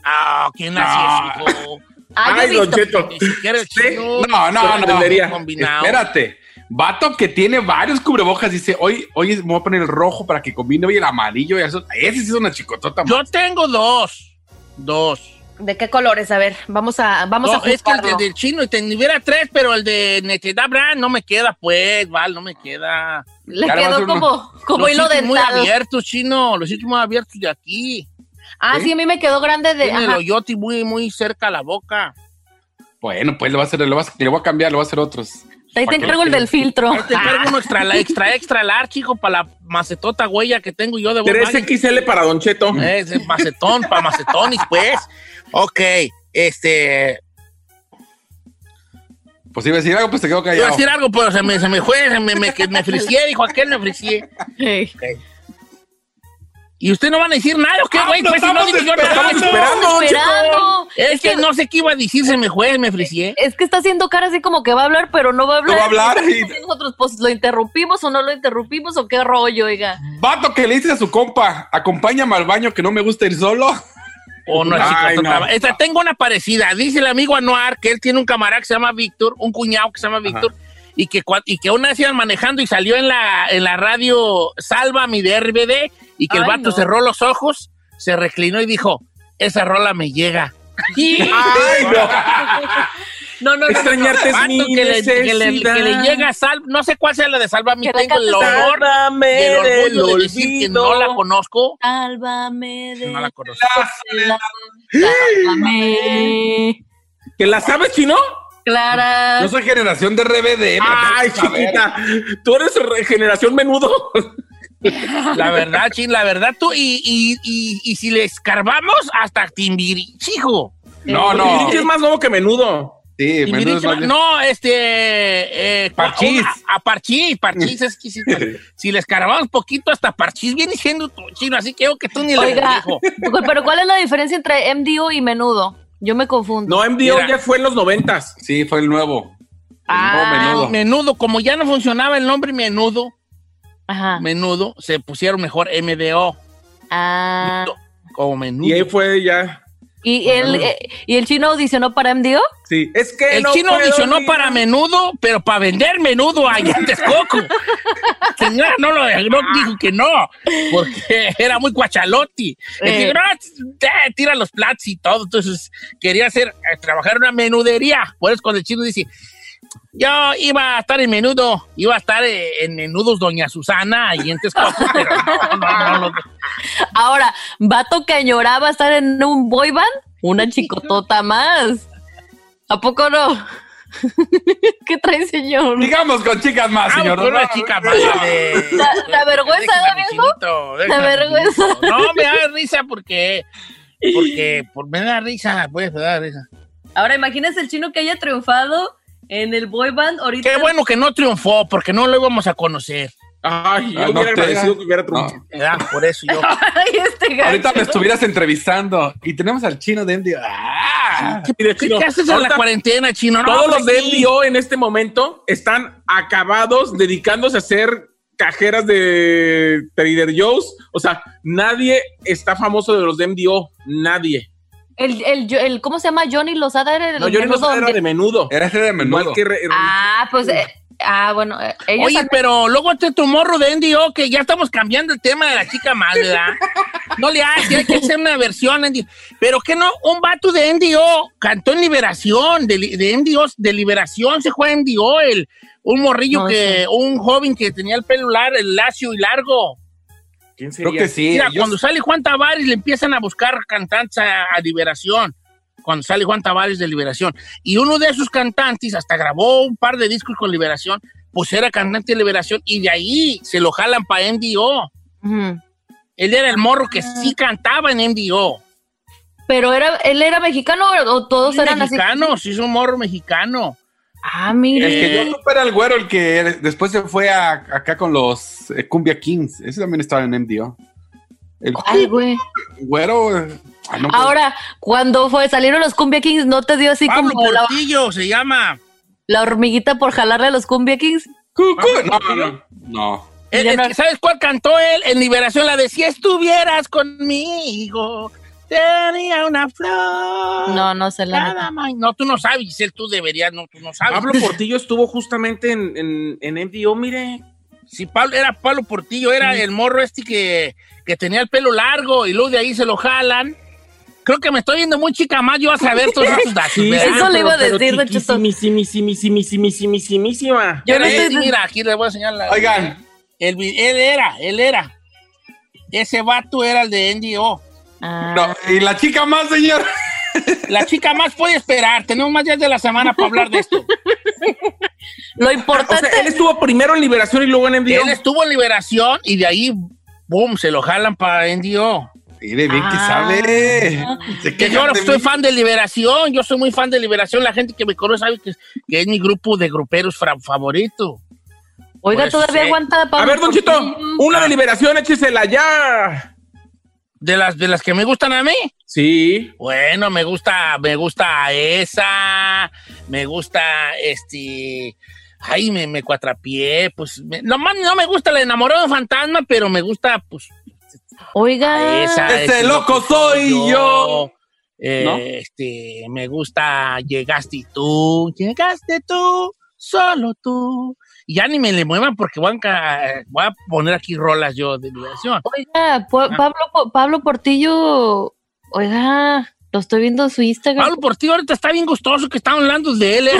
[SPEAKER 1] Ah, ¿quién
[SPEAKER 4] así es,
[SPEAKER 10] Ah, yo he
[SPEAKER 4] Ay, Don
[SPEAKER 10] visto.
[SPEAKER 4] Cheto.
[SPEAKER 1] Sí,
[SPEAKER 4] No, no, no.
[SPEAKER 1] Sorprendería.
[SPEAKER 4] Combinado. Espérate. Vato que tiene varios cubrebocas, dice, hoy, hoy me voy a poner el rojo para que combine hoy el amarillo y eso. Ese sí es una chicotota.
[SPEAKER 1] Yo tengo dos. Dos.
[SPEAKER 10] ¿De qué colores? A ver, vamos a, vamos a
[SPEAKER 1] No, es que el de-
[SPEAKER 10] juzgarlo.
[SPEAKER 1] del chino y hubiera tres, pero el de Necedad Brand no me queda, pues, Val, no me queda.
[SPEAKER 10] Le Ya le quedó vas a hacer como- uno. como
[SPEAKER 1] Los
[SPEAKER 10] hilo
[SPEAKER 1] sitios muy
[SPEAKER 10] dental.
[SPEAKER 1] abiertos, chino, los sitios muy abiertos de aquí.
[SPEAKER 10] Ah, sí, a mí me quedó grande de.
[SPEAKER 1] Tiene el
[SPEAKER 10] ajá.
[SPEAKER 1] hoyote muy, muy cerca a la boca.
[SPEAKER 4] Bueno, pues le voy a hacer, le voy a, le voy a cambiar, le voy a hacer otros.
[SPEAKER 10] Ahí te
[SPEAKER 4] ¿Para qué?
[SPEAKER 10] encargo el del filtro.
[SPEAKER 1] Te traigo uno extra, la- extra, extra large, chico, para la macetota huella que tengo yo de Volkswagen.
[SPEAKER 4] 3XL para Don Cheto.
[SPEAKER 1] Es el macetón, para macetonis, pues. Ok, este.
[SPEAKER 4] Pues iba a decir algo, pues te quedo
[SPEAKER 1] Iba a
[SPEAKER 4] callado.
[SPEAKER 1] decir algo, pero se me, se me fue, se me, me, que me fricié, dijo aquel, me fricié. Ok. ¿Y usted no van a decir nada o qué,
[SPEAKER 4] Ah,
[SPEAKER 1] güey?
[SPEAKER 4] lo
[SPEAKER 1] Pues si no
[SPEAKER 4] estamos
[SPEAKER 1] digo yo nada.
[SPEAKER 4] esperando,
[SPEAKER 10] esperando, esperando.
[SPEAKER 1] Es,
[SPEAKER 10] Es
[SPEAKER 1] que,
[SPEAKER 10] que-
[SPEAKER 1] no sé qué iba a decir, se me fue, me fricié.
[SPEAKER 10] Es que está haciendo cara así como que va a hablar, pero no va a hablar.
[SPEAKER 4] va a hablar y-
[SPEAKER 10] Y Nosotros, pues, ¿lo interrumpimos o no lo interrumpimos o qué rollo, oiga?
[SPEAKER 4] Vato que le dice a su compa, acompáñame al baño que no me gusta ir solo.
[SPEAKER 1] O no,
[SPEAKER 4] Ay,
[SPEAKER 1] chicos,
[SPEAKER 4] no.
[SPEAKER 1] otra- Esta, tengo una parecida. Dice el amigo Anuar que él tiene un camarada que se llama Víctor, un cuñado que se llama Víctor, y que, cua- y que una vez iban manejando y salió en la, en la radio Salva mi de RBD, y que el
[SPEAKER 10] Ay,
[SPEAKER 1] vato
[SPEAKER 10] no.
[SPEAKER 1] cerró los ojos, se reclinó y dijo, esa rola me llega.
[SPEAKER 4] Ay, no.
[SPEAKER 1] No, no, no.
[SPEAKER 4] Extrañarte
[SPEAKER 1] no,
[SPEAKER 4] es mi
[SPEAKER 1] Vato que le, que le-
[SPEAKER 4] necesidad.
[SPEAKER 1] que le llega sal, no sé cuál sea la de Salva, mi
[SPEAKER 4] Que le
[SPEAKER 1] tengo el
[SPEAKER 4] cantes
[SPEAKER 1] honor,
[SPEAKER 4] Sálvame
[SPEAKER 1] el orgullo de
[SPEAKER 4] del
[SPEAKER 1] decir que
[SPEAKER 4] olvido.
[SPEAKER 1] no la conozco.
[SPEAKER 3] Sálvame de
[SPEAKER 1] No la conozco.
[SPEAKER 3] la Sálvame.
[SPEAKER 4] ¿Que la sabes, chino?
[SPEAKER 3] Clara.
[SPEAKER 4] No soy generación de RBD.
[SPEAKER 1] Ah,
[SPEAKER 4] Ay, chiquita. Tú eres re- generación menudo.
[SPEAKER 1] La verdad, chin, la verdad tú. Y, y, y, y si le escarbamos hasta Timbiriche, hijo.
[SPEAKER 10] Eh,
[SPEAKER 4] No, no. Timbiriche es más nuevo Eh, que menudo.
[SPEAKER 2] Sí,
[SPEAKER 1] Timbiriche no- no, este. eh,
[SPEAKER 4] Parchís.
[SPEAKER 1] A, a Parchís, Parchís es que si, si le escarbamos poquito hasta Parchís viene siendo tu chino, así que yo que tú ni le
[SPEAKER 3] Oiga,
[SPEAKER 1] dijo.
[SPEAKER 3] pero ¿cuál es la diferencia entre MDO y menudo? Yo me confundo.
[SPEAKER 4] No, MDO ya fue en los noventas.
[SPEAKER 2] Sí, fue el nuevo.
[SPEAKER 1] Ah.
[SPEAKER 2] ah.
[SPEAKER 1] menudo. como ya no funcionaba el nombre menudo, menudo, se pusieron mejor MDO.
[SPEAKER 3] Ah.
[SPEAKER 1] Como menudo.
[SPEAKER 4] Y ahí fue ya.
[SPEAKER 3] ¿Y el,
[SPEAKER 1] Menudo.
[SPEAKER 3] eh, ¿Y el chino audicionó para MDO?
[SPEAKER 4] Sí. Es que
[SPEAKER 1] El chino audicionó para menudo, pero para vender menudo allá en Texcoco. Señora, no lo no dijo que no, porque era muy cuachalotti. Le
[SPEAKER 3] Eh.
[SPEAKER 1] dije, "No, te- tira los platos y todo. Entonces quería hacer, eh, trabajar en una menudería. Por eso cuando el chino dice, yo iba a estar en menudo, iba a estar eh, en menudos Doña Susana allí en Texcoco, pero no, no, no lo
[SPEAKER 3] Ahora, vato que añoraba estar en un boy band, una chicotota más. ¿A poco no? ¿Qué trae, señor?
[SPEAKER 2] Digamos con chicas más,
[SPEAKER 1] Vamos
[SPEAKER 2] señor.
[SPEAKER 1] con Ah, una chica más.
[SPEAKER 3] ¿Te
[SPEAKER 1] este,
[SPEAKER 3] te avergüenza,
[SPEAKER 1] Déjame,
[SPEAKER 3] Domingo?
[SPEAKER 1] chinito,
[SPEAKER 3] ¿Te
[SPEAKER 1] déjame,
[SPEAKER 3] avergüenza?
[SPEAKER 1] chinito. No, me da risa porque. Porque por, me da risa, pues, me da risa.
[SPEAKER 3] Ahora, imagínese el chino que haya triunfado en el boy band ahorita.
[SPEAKER 1] Qué bueno que no triunfó, porque no lo íbamos a conocer.
[SPEAKER 4] Ay,
[SPEAKER 2] yo Ah, no, hubiera te- agradecido que
[SPEAKER 4] hubiera
[SPEAKER 2] triunfado.
[SPEAKER 1] Por eso yo.
[SPEAKER 3] Ay, este gacho.
[SPEAKER 2] Ahorita me estuvieras entrevistando y tenemos al chino de MD. ¡Ah!
[SPEAKER 4] Mira, chino,
[SPEAKER 1] ¿Qué haces en la
[SPEAKER 4] ahorita
[SPEAKER 1] cuarentena, chino? No,
[SPEAKER 4] Todos
[SPEAKER 1] pues
[SPEAKER 4] los de
[SPEAKER 1] aquí.
[SPEAKER 4] MDO en este momento están acabados dedicándose a ser cajeras de Trader Joe's. O sea, nadie está famoso de los de MDO. Nadie.
[SPEAKER 3] El, el, el- ¿Cómo se llama? Johnny Lozada era el
[SPEAKER 4] No, yo no
[SPEAKER 3] menudo
[SPEAKER 4] sabía era
[SPEAKER 3] donde-
[SPEAKER 4] de menudo.
[SPEAKER 2] Era de menudo.
[SPEAKER 4] Igual que re- re-
[SPEAKER 3] Ah, pues. eh, ah, bueno. eh, ellos
[SPEAKER 1] Oye,
[SPEAKER 3] también-
[SPEAKER 1] pero luego este tu morro de NDO, que ya estamos cambiando el tema de la chica más, ¿verdad? No le hagas, hay que hacer una versión. NDO. Pero que no, un vato de NDO cantó en Liberación, de, li- de NDO, de Liberación se juega NDO, el, un morrillo
[SPEAKER 4] No,
[SPEAKER 1] que, un joven que tenía el pelo lar- el lacio y largo.
[SPEAKER 4] ¿Quién
[SPEAKER 2] Creo que sí.
[SPEAKER 1] Mira,
[SPEAKER 2] yo-
[SPEAKER 1] cuando sale Juan Tavares le empiezan a buscar cantantes a, a Liberación. Cuando sale Juan Tavares de Liberación. Y uno de esos cantantes hasta grabó un par de discos con Liberación, pues era cantante de Liberación y de ahí se lo jalan para MDO.
[SPEAKER 3] Ujú.
[SPEAKER 1] Él era el morro que
[SPEAKER 3] Ah.
[SPEAKER 1] sí cantaba en MDO.
[SPEAKER 3] Pero era, él era mexicano o todos
[SPEAKER 1] Sí,
[SPEAKER 3] eran
[SPEAKER 1] mexicano, sí es un morro mexicano.
[SPEAKER 3] así. Ah, mira.
[SPEAKER 2] El que yo supe era el güero, el que era- después se fue a- acá con los eh, Cumbia Kings. Ese también estaba en MDO. El
[SPEAKER 3] Ay, güey.
[SPEAKER 2] güero. eh, ah, no,
[SPEAKER 3] Ahora, cuando fue, salieron los Cumbia Kings, ¿no te dio así
[SPEAKER 1] Pablo
[SPEAKER 3] como la,
[SPEAKER 1] Portillo se llama.
[SPEAKER 3] la hormiguita por jalarle a los Cumbia Kings?
[SPEAKER 2] pues, no, no, no, no.
[SPEAKER 1] El- el que- Eh, ¿Sabes cuál cantó él en Liberación? La de Si estuvieras conmigo, tenía una flor.
[SPEAKER 3] No, no sé la
[SPEAKER 1] Ah, Nada más. No, tú no sabes, Giselle, tú deberías, no, tú no sabes.
[SPEAKER 4] Pablo Portillo estuvo justamente en, en, en MDO, mire.
[SPEAKER 1] Si Pablo, era Pablo Portillo, era el morro este que, que tenía el pelo largo y luego de ahí se lo jalan. Creo que me estoy viendo muy chica más, yo a saber todos estos datos.
[SPEAKER 4] Sí,
[SPEAKER 1] ¿verdad?
[SPEAKER 4] sí,
[SPEAKER 3] Eso le iba a
[SPEAKER 4] Pues, ah, pero- pero
[SPEAKER 3] decir, Don Cheto.
[SPEAKER 4] chiquisimisimisimisimisimisimisima.
[SPEAKER 3] Yo no
[SPEAKER 1] Pero
[SPEAKER 3] estoy-
[SPEAKER 1] sí, Mira, aquí les voy a enseñar la-
[SPEAKER 2] Oigan.
[SPEAKER 1] El vi- él era, él era. Ese vato era el de NDO.
[SPEAKER 3] Ah.
[SPEAKER 2] No, y la chica más, señor.
[SPEAKER 1] La chica más puede esperar. Tenemos más días de la semana para hablar de esto.
[SPEAKER 3] Lo
[SPEAKER 4] O
[SPEAKER 3] importante.
[SPEAKER 4] sea, él estuvo primero en Liberación y luego en MDO.
[SPEAKER 1] Él estuvo en liberación y de ahí, boom, se lo jalan para NDO.
[SPEAKER 2] Y de bien que
[SPEAKER 3] Ah.
[SPEAKER 2] sabe. Se
[SPEAKER 1] Que
[SPEAKER 2] quejan
[SPEAKER 1] yo ahora
[SPEAKER 2] de
[SPEAKER 1] soy
[SPEAKER 2] mí.
[SPEAKER 1] fan de Liberación, yo soy muy fan de Liberación, la gente que me conoce sabe que, que es mi grupo de gruperos fra- favorito.
[SPEAKER 3] Oiga,
[SPEAKER 1] Pues,
[SPEAKER 3] todavía
[SPEAKER 1] sí.
[SPEAKER 3] aguanta Pablo.
[SPEAKER 4] A ver, Don Chito,
[SPEAKER 3] Portillo.
[SPEAKER 4] una de Liberación, échesela ya.
[SPEAKER 1] De las, de las que me gustan a mí.
[SPEAKER 4] Sí.
[SPEAKER 1] Bueno, me gusta, me gusta esa, me gusta este. Ay, me, me cuatrapié, pues. me- no, más no me gusta la enamorada fantasma, pero me gusta, pues,
[SPEAKER 3] Oiga.
[SPEAKER 1] esa.
[SPEAKER 2] Ese
[SPEAKER 1] este,
[SPEAKER 2] loco soy yo.
[SPEAKER 1] Eh,
[SPEAKER 2] ¿No?
[SPEAKER 1] Este, me gusta Llegaste tú, llegaste tú, solo tú. Y ya ni me le muevan porque voy a, enca- voy a poner aquí rolas yo de liberación.
[SPEAKER 3] Oiga, Po- Pablo, Po- Pablo Portillo. Oiga,
[SPEAKER 10] Lo estoy viendo en su Instagram.
[SPEAKER 1] Pablo por ti ahorita está bien gustoso que están hablando de él. ¿eh?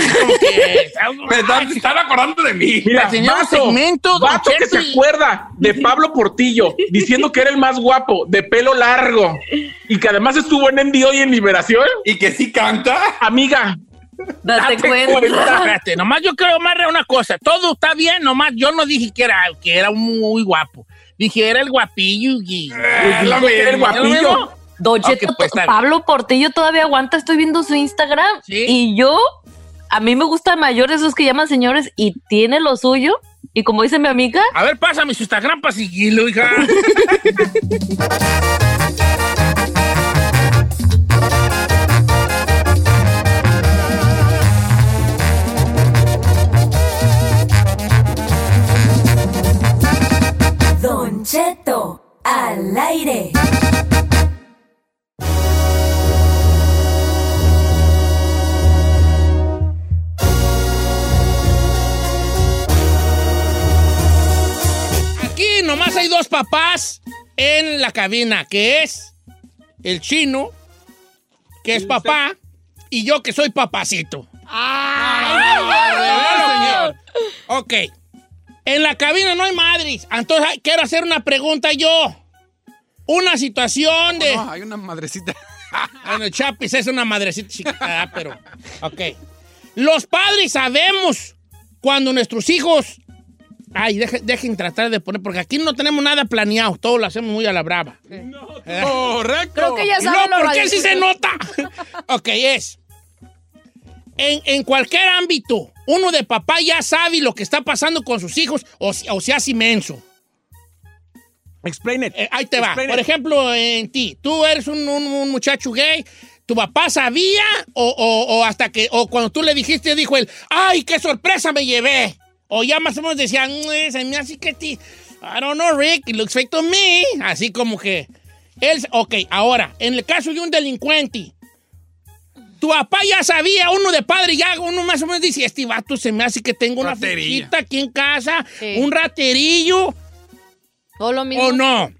[SPEAKER 4] Me están, están acordando de mí.
[SPEAKER 1] La señora
[SPEAKER 4] vato,
[SPEAKER 1] segmento, don
[SPEAKER 4] vato que se
[SPEAKER 1] Chepe.
[SPEAKER 4] acuerda de Pablo Portillo diciendo que era el más guapo, de pelo largo y que además estuvo en NDO y en Liberación. Y que sí canta. Amiga.
[SPEAKER 10] Date cuenta.
[SPEAKER 1] Espérate, nomás yo creo más una cosa. Todo está bien, nomás yo no dije que era, que era muy guapo. Dije, era el guapillo. Y,
[SPEAKER 4] Eh, lo mismo, era el guapillo.
[SPEAKER 10] Don
[SPEAKER 1] Ok,
[SPEAKER 10] Cheto,
[SPEAKER 1] pues, está bien.
[SPEAKER 10] Pablo Portillo todavía aguanta, estoy viendo su Instagram y yo, a mí me gustan mayores esos que llaman señores y tiene lo suyo y como dice mi amiga,
[SPEAKER 1] A ver, pásame su Instagram para seguirlo, hija.
[SPEAKER 5] Don Cheto al aire.
[SPEAKER 1] Aquí nomás hay dos papás en la cabina, que es el chino, que es papá, y yo que soy papacito. Ah, señor. Ok. En la cabina no hay madres. Entonces hay- quiero hacer una pregunta yo. Una situación de.
[SPEAKER 2] No, hay una madrecita.
[SPEAKER 1] Bueno, Chapis es una madrecita chiquita, ah, pero. Ok. Los padres sabemos cuando nuestros hijos. Ay, deje- dejen tratar de poner, porque aquí no tenemos nada planeado, todo lo hacemos muy a la brava. Eh.
[SPEAKER 2] Correcto.
[SPEAKER 3] Creo que ya
[SPEAKER 1] Y
[SPEAKER 3] saben
[SPEAKER 1] No,
[SPEAKER 3] lo
[SPEAKER 1] ¿por qué
[SPEAKER 3] radical.
[SPEAKER 1] sí se nota? ok, es. En, en cualquier ámbito, uno de papá ya sabe lo que está pasando con sus hijos, o, si- o se hace inmenso.
[SPEAKER 11] Explain it.
[SPEAKER 1] Eh, ahí te va.
[SPEAKER 11] Explain
[SPEAKER 1] Por
[SPEAKER 11] it.
[SPEAKER 1] ejemplo, en ti, tú eres un, un- un muchacho gay. ¿Tu papá sabía o, o- o hasta que, o cuando tú le dijiste, dijo él, ¡ay, qué sorpresa me llevé! O ya más o menos decía, "Mm, se me hace que ti, I don't know, Rick, it looks fake to me. Así como que, él, ok, ahora, en el caso de un delincuente, tu papá ya sabía, uno de padre ya, uno más o menos dice, este vato se me hace que tengo una
[SPEAKER 2] Raterilla.
[SPEAKER 1] fichita aquí en casa,
[SPEAKER 3] Sí.
[SPEAKER 1] un raterillo.
[SPEAKER 3] ¿O lo mismo?
[SPEAKER 1] O Oh, no.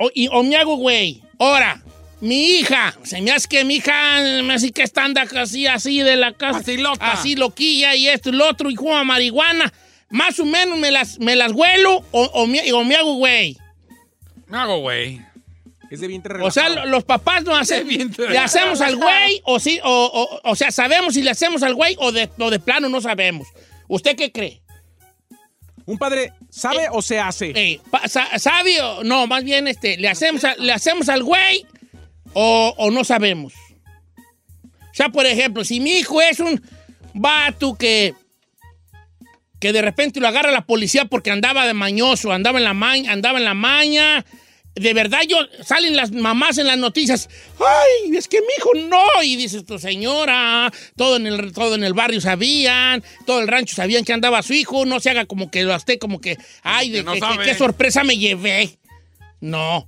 [SPEAKER 1] O, y- o me hago güey. Ahora, mi hija. Se me hace que mi hija me hace que está anda así, así de la casa. Así loca. Así loquilla y esto y lo otro y juega marihuana. Más o menos me las, me las huelo o, o me, o me hago güey.
[SPEAKER 2] Me hago, güey. Es de vientre
[SPEAKER 1] O sea, lo- los papás no hacen. ¿Le hacemos al güey? O, sí, o, o- o sea, ¿sabemos si le hacemos al güey o de, o de plano no sabemos? ¿Usted qué cree?
[SPEAKER 11] ¿Un padre sabe o se hace?
[SPEAKER 1] Eh, pa- sa- ¿Sabe o no? Más bien, este, ¿le hacemos, a- le hacemos al güey o, o no sabemos? O sea, por ejemplo, si mi hijo es un vato que, que de repente lo agarra la policía porque andaba de mañoso, andaba en la, maña, andaba en la maña, de verdad yo, salen las mamás en las noticias, ¡ay, es que mi hijo no! Y dices, tu señora, todo en, el, todo en el barrio sabían, todo el rancho sabían que andaba su hijo, no se haga como que lo esté como que, ¡ay, de,
[SPEAKER 2] no
[SPEAKER 1] que- que-
[SPEAKER 2] sabe.
[SPEAKER 1] qué sorpresa me llevé! No.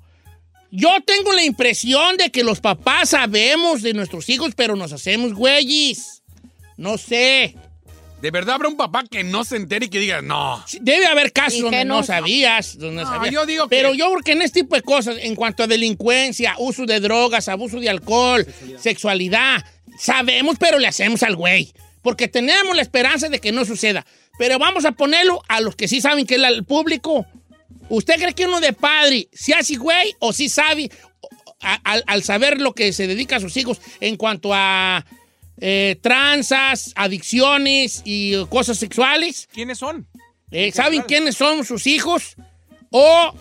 [SPEAKER 1] Yo tengo la impresión de que los papás sabemos de nuestros hijos, pero nos hacemos güeyes. No sé.
[SPEAKER 2] ¿De verdad habrá un papá que no se entere y que diga, no?
[SPEAKER 1] Sí, Debe haber casos donde no
[SPEAKER 2] Ingenuos.
[SPEAKER 1] sabías. donde no
[SPEAKER 2] No,
[SPEAKER 1] sabías.
[SPEAKER 2] yo digo que-
[SPEAKER 1] Pero yo creo que en este tipo de cosas, en cuanto a delincuencia, uso de drogas, abuso de alcohol, sexualidad, sabemos, pero le hacemos al güey. Porque tenemos la esperanza de que no suceda. Pero vamos a ponerlo a los que sí saben que es la- el público. ¿Usted cree que uno de padre se hace güey o sí sabe o- a- al, al saber lo que se dedica a sus hijos en cuanto a eh, tranzas, adicciones y eh, cosas sexuales?
[SPEAKER 11] ¿Quiénes son?
[SPEAKER 1] Eh, ¿Saben quiénes son sus hijos? ¿O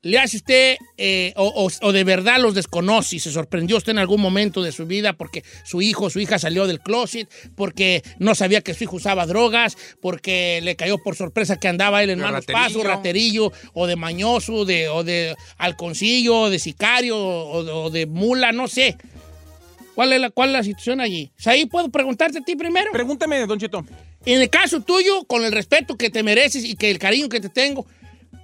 [SPEAKER 1] le hace usted, eh, o, o- o de verdad los desconoce y se sorprendió usted en algún momento de su vida porque su hijo o su hija salió del closet, porque no sabía que su hijo usaba drogas, porque le cayó por sorpresa que andaba él en
[SPEAKER 2] De
[SPEAKER 1] manos
[SPEAKER 2] raterillo.
[SPEAKER 1] paso, raterillo, o de mañoso, de, o de halconcillo, o de sicario, o, de- o de mula, no sé. ¿Cuál es la, cuál es la situación allí? Ahí puedo preguntarte a ti primero.
[SPEAKER 11] Pregúntame, Don Cheto.
[SPEAKER 1] En el caso tuyo, con el respeto que te mereces y que el cariño que te tengo,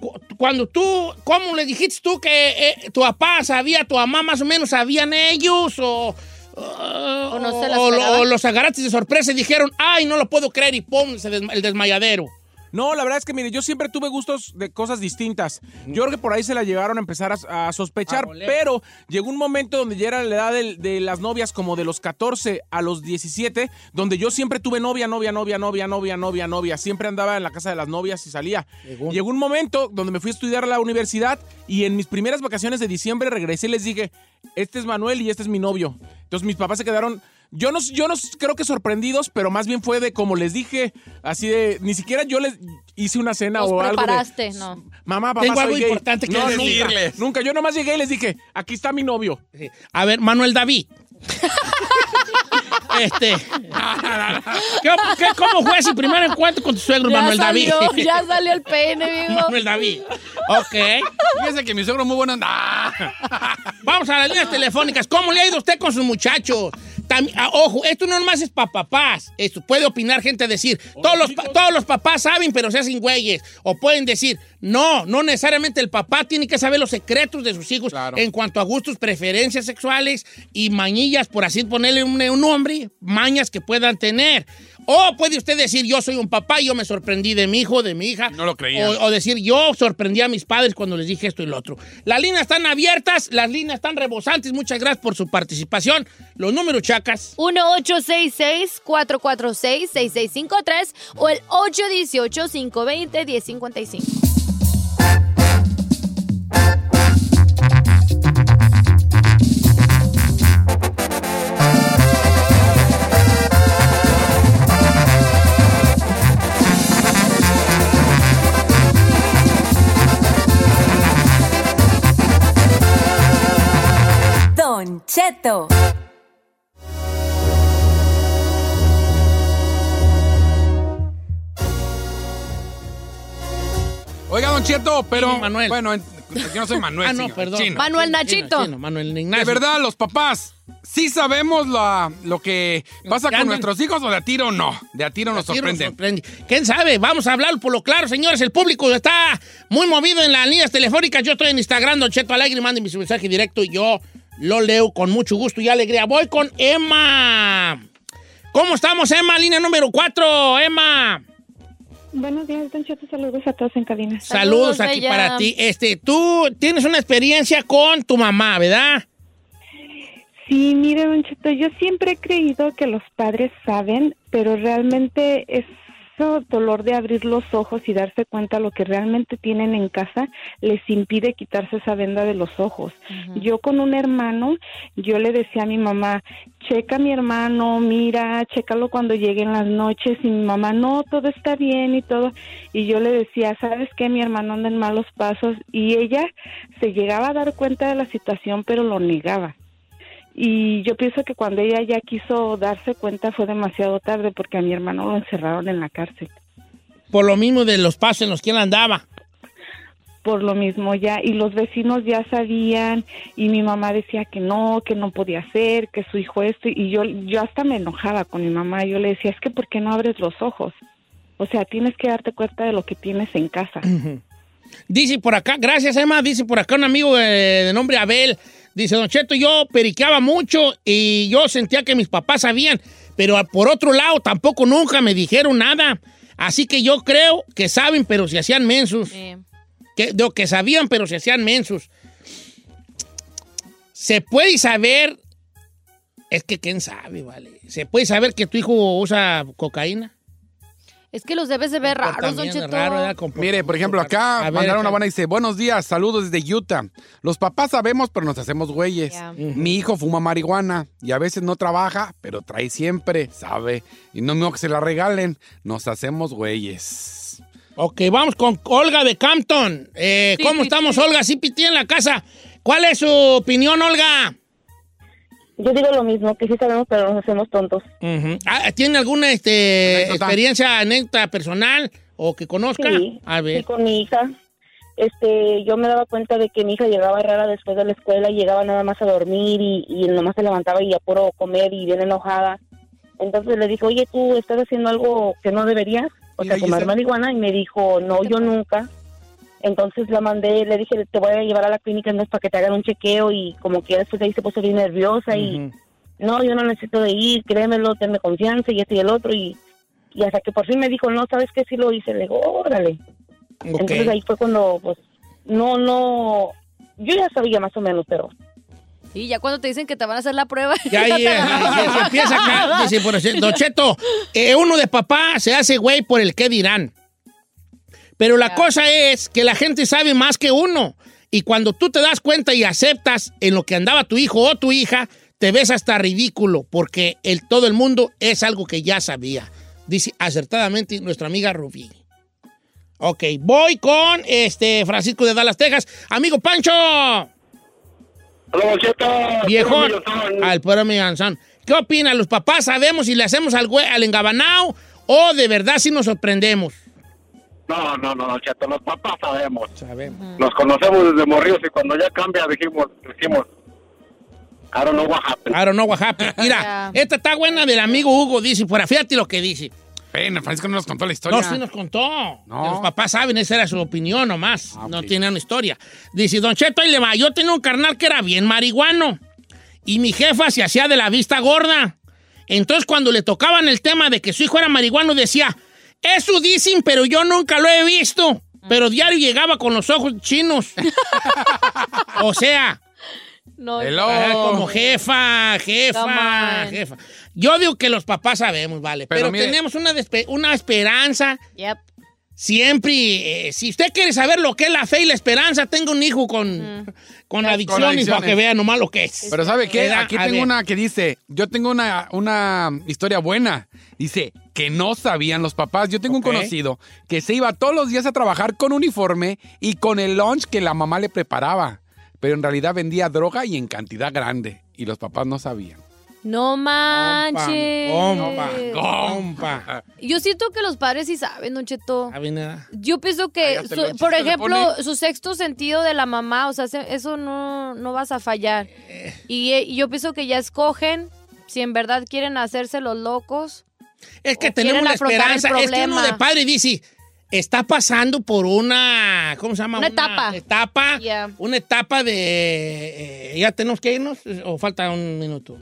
[SPEAKER 1] cu- cuando tú, ¿cómo le dijiste tú que eh, tu papá sabía, tu mamá más o menos sabían ellos o... O,
[SPEAKER 3] no se las
[SPEAKER 1] o lo-
[SPEAKER 3] esperaban.
[SPEAKER 1] o los agarraste de sorpresa y dijeron, ay, no lo puedo creer y pum, se desma- el desmayadero.
[SPEAKER 11] No, la verdad es que, mire, yo siempre tuve gustos de cosas distintas. Yo creo que por ahí se la llevaron a empezar a, a sospechar, pero llegó un momento donde ya era la edad del- de, las novias, como de los 14 a los 17, donde yo siempre tuve novia, novia, novia, novia, novia, novia, novia. Siempre andaba en la casa de las novias y salía. Llegó un momento donde me fui a estudiar a la universidad y en mis primeras vacaciones de diciembre regresé y les dije, este es Manuel y este es mi novio. Entonces mis papás se quedaron... Yo no, yo no creo que sorprendidos, pero más bien fue de como les dije, así de ni siquiera yo les hice una cena
[SPEAKER 3] Los
[SPEAKER 11] o algo. de,
[SPEAKER 3] preparaste, no.
[SPEAKER 11] Mamá, papá,
[SPEAKER 1] Tengo
[SPEAKER 11] soy
[SPEAKER 1] algo
[SPEAKER 11] gay".
[SPEAKER 1] importante que
[SPEAKER 11] No, nunca,
[SPEAKER 1] decirles.
[SPEAKER 11] Nunca, yo nomás llegué y les dije, aquí está mi novio.
[SPEAKER 1] A ver, Manuel David. Este. ¿Qué, qué- cómo fue su primer encuentro con tu suegro,
[SPEAKER 3] Ya
[SPEAKER 1] Manuel David?
[SPEAKER 3] salió, ya salió el peine, viejo.
[SPEAKER 1] Manuel David. Ok. Fíjese que mi suegro es muy bueno.
[SPEAKER 2] ¡ah!
[SPEAKER 1] Vamos a las líneas telefónicas. ¿Cómo le ha ido usted con sus muchachos? Tam- ah, ojo, esto no nomás es para papás. Esto puede opinar gente, decir, todos los, pa- todos los papás saben, pero se hacen güeyes. O pueden decir, no, no necesariamente el papá tiene que saber los secretos de sus hijos en cuanto a gustos, preferencias sexuales y mañillas, por así ponerle un, un nombre, mañas que puedan tener. O Oh, puede usted decir, yo soy un papá, yo me sorprendí de mi hijo, de mi hija.
[SPEAKER 2] No lo creía.
[SPEAKER 1] O, o decir, yo sorprendí a mis padres cuando les dije esto y lo otro. Las líneas están abiertas, las líneas están rebosantes. Muchas gracias por su participación. Los números chacas.
[SPEAKER 3] 1-866-446-6653 o el 818-520-1055.
[SPEAKER 5] Don Cheto.
[SPEAKER 2] Oiga, Don Cheto, pero.
[SPEAKER 1] Dime, Manuel.
[SPEAKER 2] Bueno, en- yo no soy Manuel.
[SPEAKER 1] Ah, no,
[SPEAKER 2] señor,
[SPEAKER 1] perdón.
[SPEAKER 2] chino.
[SPEAKER 3] Manuel Nachito.
[SPEAKER 1] Manuel
[SPEAKER 2] De verdad, los papás, sí sabemos la- lo que pasa
[SPEAKER 1] que
[SPEAKER 2] con
[SPEAKER 1] andan-
[SPEAKER 2] nuestros hijos o de a tiro no. De a tiro nos
[SPEAKER 1] Tiro nos
[SPEAKER 2] sorprenden.
[SPEAKER 1] sorprende. ¿Quién sabe? Vamos a hablar por lo claro, señores. El público está muy movido en las líneas telefónicas. Yo estoy en Instagram, Don Cheto Alegre. Mándenme su mensaje directo y yo lo leo con mucho gusto y alegría. Voy con Emma. ¿Cómo estamos, Emma? Línea número 4, Emma.
[SPEAKER 12] Buenos días, Don Cheto. Saludos a todos en cabina.
[SPEAKER 1] Saludos, aquí para ti. Este, tú tienes una experiencia con tu mamá, ¿verdad?
[SPEAKER 12] Sí, mire, Don Cheto, yo siempre he creído que los padres saben, pero realmente es dolor de abrir los ojos y darse cuenta lo que realmente tienen en casa les impide quitarse esa venda de los ojos. Yo con un hermano, yo le decía a mi mamá, checa a mi hermano, mira, chécalo cuando lleguen las noches y mi mamá, no, todo está bien y todo. Y yo le decía, ¿sabes qué? Mi hermano anda en malos pasos y ella se llegaba a dar cuenta de la situación, pero lo negaba. Y yo pienso que cuando ella ya quiso darse cuenta fue demasiado tarde porque a mi hermano lo encerraron en la cárcel.
[SPEAKER 1] Por lo mismo de los pasos en los que él andaba.
[SPEAKER 12] Por lo mismo ya, y los vecinos ya sabían, y mi mamá decía que no, que no podía hacer, que su hijo esto, y yo, yo hasta me enojaba con mi mamá, yo le decía, es que ¿por qué no abres los ojos? O sea, tienes que darte cuenta de lo que tienes en casa.
[SPEAKER 1] Mm. Dice por acá, gracias Emma, dice por acá un amigo eh, de, nombre Abel, dice Don Cheto, yo periqueaba mucho y yo sentía que mis papás sabían, pero ah, por otro lado tampoco nunca me dijeron nada, así que yo creo que saben, pero se hacían mensos,
[SPEAKER 3] Eh.
[SPEAKER 1] que, de, que sabían, pero se hacían mensos. Se puede saber, es que quién sabe, vale, se puede saber que tu hijo usa cocaína.
[SPEAKER 3] Es que los debes de ver raros, Don Cheto.
[SPEAKER 2] Mire, por ejemplo, acá
[SPEAKER 1] A ver,
[SPEAKER 2] mandaron
[SPEAKER 1] acá.
[SPEAKER 2] una buena y dice, buenos días, saludos desde Utah. Los papás sabemos, pero nos hacemos güeyes.
[SPEAKER 3] Ya.
[SPEAKER 1] Ujú.
[SPEAKER 2] Mi hijo fuma marihuana y a veces no trabaja, pero trae siempre, sabe. Y no me que se la regalen, nos hacemos güeyes.
[SPEAKER 1] Ok, vamos con Olga de Campton. Eh, ¿Cómo estamos, Olga? Sí, pitié en la casa. ¿Cuál es su opinión, Olga?
[SPEAKER 13] Yo digo lo mismo, que sí sabemos, pero nos hacemos tontos.
[SPEAKER 1] Ah, ¿Tiene alguna este, experiencia, anécdota personal o que conozca?
[SPEAKER 13] Sí,
[SPEAKER 1] A
[SPEAKER 13] sí,
[SPEAKER 1] ver.
[SPEAKER 13] con mi hija. Este, yo me daba cuenta de que mi hija llegaba rara después de la escuela, llegaba nada más a dormir y, y nomás se levantaba y a puro comer y bien enojada. Entonces le dije, oye, tú estás haciendo algo que no deberías, o
[SPEAKER 14] Mira,
[SPEAKER 13] sea, tomar
[SPEAKER 14] Giselle.
[SPEAKER 13] marihuana. Y me dijo, no, yo nunca. Entonces la mandé, le dije, te voy a llevar a la clínica entonces para que te hagan un chequeo y como que después de ahí se puso bien nerviosa y no, yo no necesito de ir, créemelo, tenme confianza y esto y el otro. Y Y hasta que por fin me dijo, no, ¿sabes qué? Sí lo hice. Le digo, órale. Entonces ahí fue cuando, pues, no, no, yo ya sabía más o menos, pero
[SPEAKER 3] Y ya cuando te dicen que te van a hacer la prueba.
[SPEAKER 1] Ya, ya,
[SPEAKER 3] te
[SPEAKER 1] ya,
[SPEAKER 3] van a
[SPEAKER 1] ya,
[SPEAKER 3] hacer
[SPEAKER 1] ya
[SPEAKER 3] la
[SPEAKER 1] eh, empieza acá.
[SPEAKER 3] prueba.
[SPEAKER 1] Dice, por ejemplo, Don Cheto, eh, uno de papá se hace güey por el qué dirán. Pero la cosa es que la gente sabe más que uno. Y cuando tú te das cuenta y aceptas en lo que andaba tu hijo o tu hija, te ves hasta ridículo, porque el, todo el mundo es algo que ya sabía. Dice acertadamente nuestra amiga Rubí. Ok, voy con este Francisco de Dallas, Texas. Amigo Pancho. Viejón. Al pueblo Millonzón. ¿Qué opinan? ¿Los papás sabemos si le hacemos al, güe- al engabanao o de verdad si nos sorprendemos?
[SPEAKER 14] No, no, no, no, chato, los papás sabemos.
[SPEAKER 1] Sabemos.
[SPEAKER 14] Nos conocemos desde morridos y cuando ya cambia dijimos, decimos, I don't know what happened.
[SPEAKER 1] Claro, no, Oaxaca. Mira, esta está buena del amigo Hugo, dice. Fuera, fíjate lo que dice.
[SPEAKER 2] Pena, Francisco no nos contó la historia.
[SPEAKER 1] No, sí nos contó.
[SPEAKER 2] No.
[SPEAKER 1] Que Los papás saben, esa era su opinión nomás. No tenían historia. Dice, Don Cheto, ahí le va. Yo tenía un carnal que era bien marihuano. Y mi jefa se hacía de la vista gorda. Entonces, cuando le tocaban el tema de que su hijo era marihuano, decía, eso dicen, pero yo nunca lo he visto. Pero diario llegaba con los ojos chinos. o sea,
[SPEAKER 3] No,
[SPEAKER 2] Oh.
[SPEAKER 1] Ajá, como jefa,
[SPEAKER 3] Come
[SPEAKER 1] jefa,
[SPEAKER 3] on.
[SPEAKER 1] jefa. Yo digo que los papás sabemos, vale. Pero,
[SPEAKER 3] Pero mire-
[SPEAKER 1] tenemos una, despe- una esperanza.
[SPEAKER 3] Yep.
[SPEAKER 1] Siempre, eh, si usted quiere saber lo que es la fe y la esperanza, tenga un hijo con, con adicciones, para que vea nomás lo que es.
[SPEAKER 2] Pero ¿sabe qué?
[SPEAKER 1] ¿Verdad?
[SPEAKER 2] Aquí
[SPEAKER 1] A
[SPEAKER 2] tengo
[SPEAKER 1] ver.
[SPEAKER 2] una que dice, yo tengo una, una historia buena. Dice que no sabían los papás. Yo tengo
[SPEAKER 1] Ok.
[SPEAKER 2] un conocido que se iba todos los días a trabajar con uniforme y con el lunch que la mamá le preparaba. Pero en realidad vendía droga y en cantidad grande. Y los papás no sabían.
[SPEAKER 3] No manches.
[SPEAKER 2] Compa, compa.
[SPEAKER 3] Yo siento que los padres sí saben, Don Cheto.
[SPEAKER 1] Ah, nada.
[SPEAKER 3] Yo pienso que,
[SPEAKER 1] hasta
[SPEAKER 3] su-
[SPEAKER 1] el lonche
[SPEAKER 3] por
[SPEAKER 1] se le
[SPEAKER 3] ejemplo,
[SPEAKER 1] pone.
[SPEAKER 3] su sexto sentido de la mamá, o sea, se- eso no, no vas a fallar. Y, eh, y yo pienso que ya escogen si en verdad quieren hacerse los locos.
[SPEAKER 1] Es que
[SPEAKER 3] o
[SPEAKER 1] tenemos
[SPEAKER 3] quieren
[SPEAKER 1] la
[SPEAKER 3] afrontar el
[SPEAKER 1] esperanza. Es que uno
[SPEAKER 3] problema.
[SPEAKER 1] de padre dice, está pasando por una, ¿cómo se llama?
[SPEAKER 3] Una etapa.
[SPEAKER 1] etapa,
[SPEAKER 3] Yeah.
[SPEAKER 1] una etapa de... eh, ¿Ya tenemos que irnos o falta un minuto?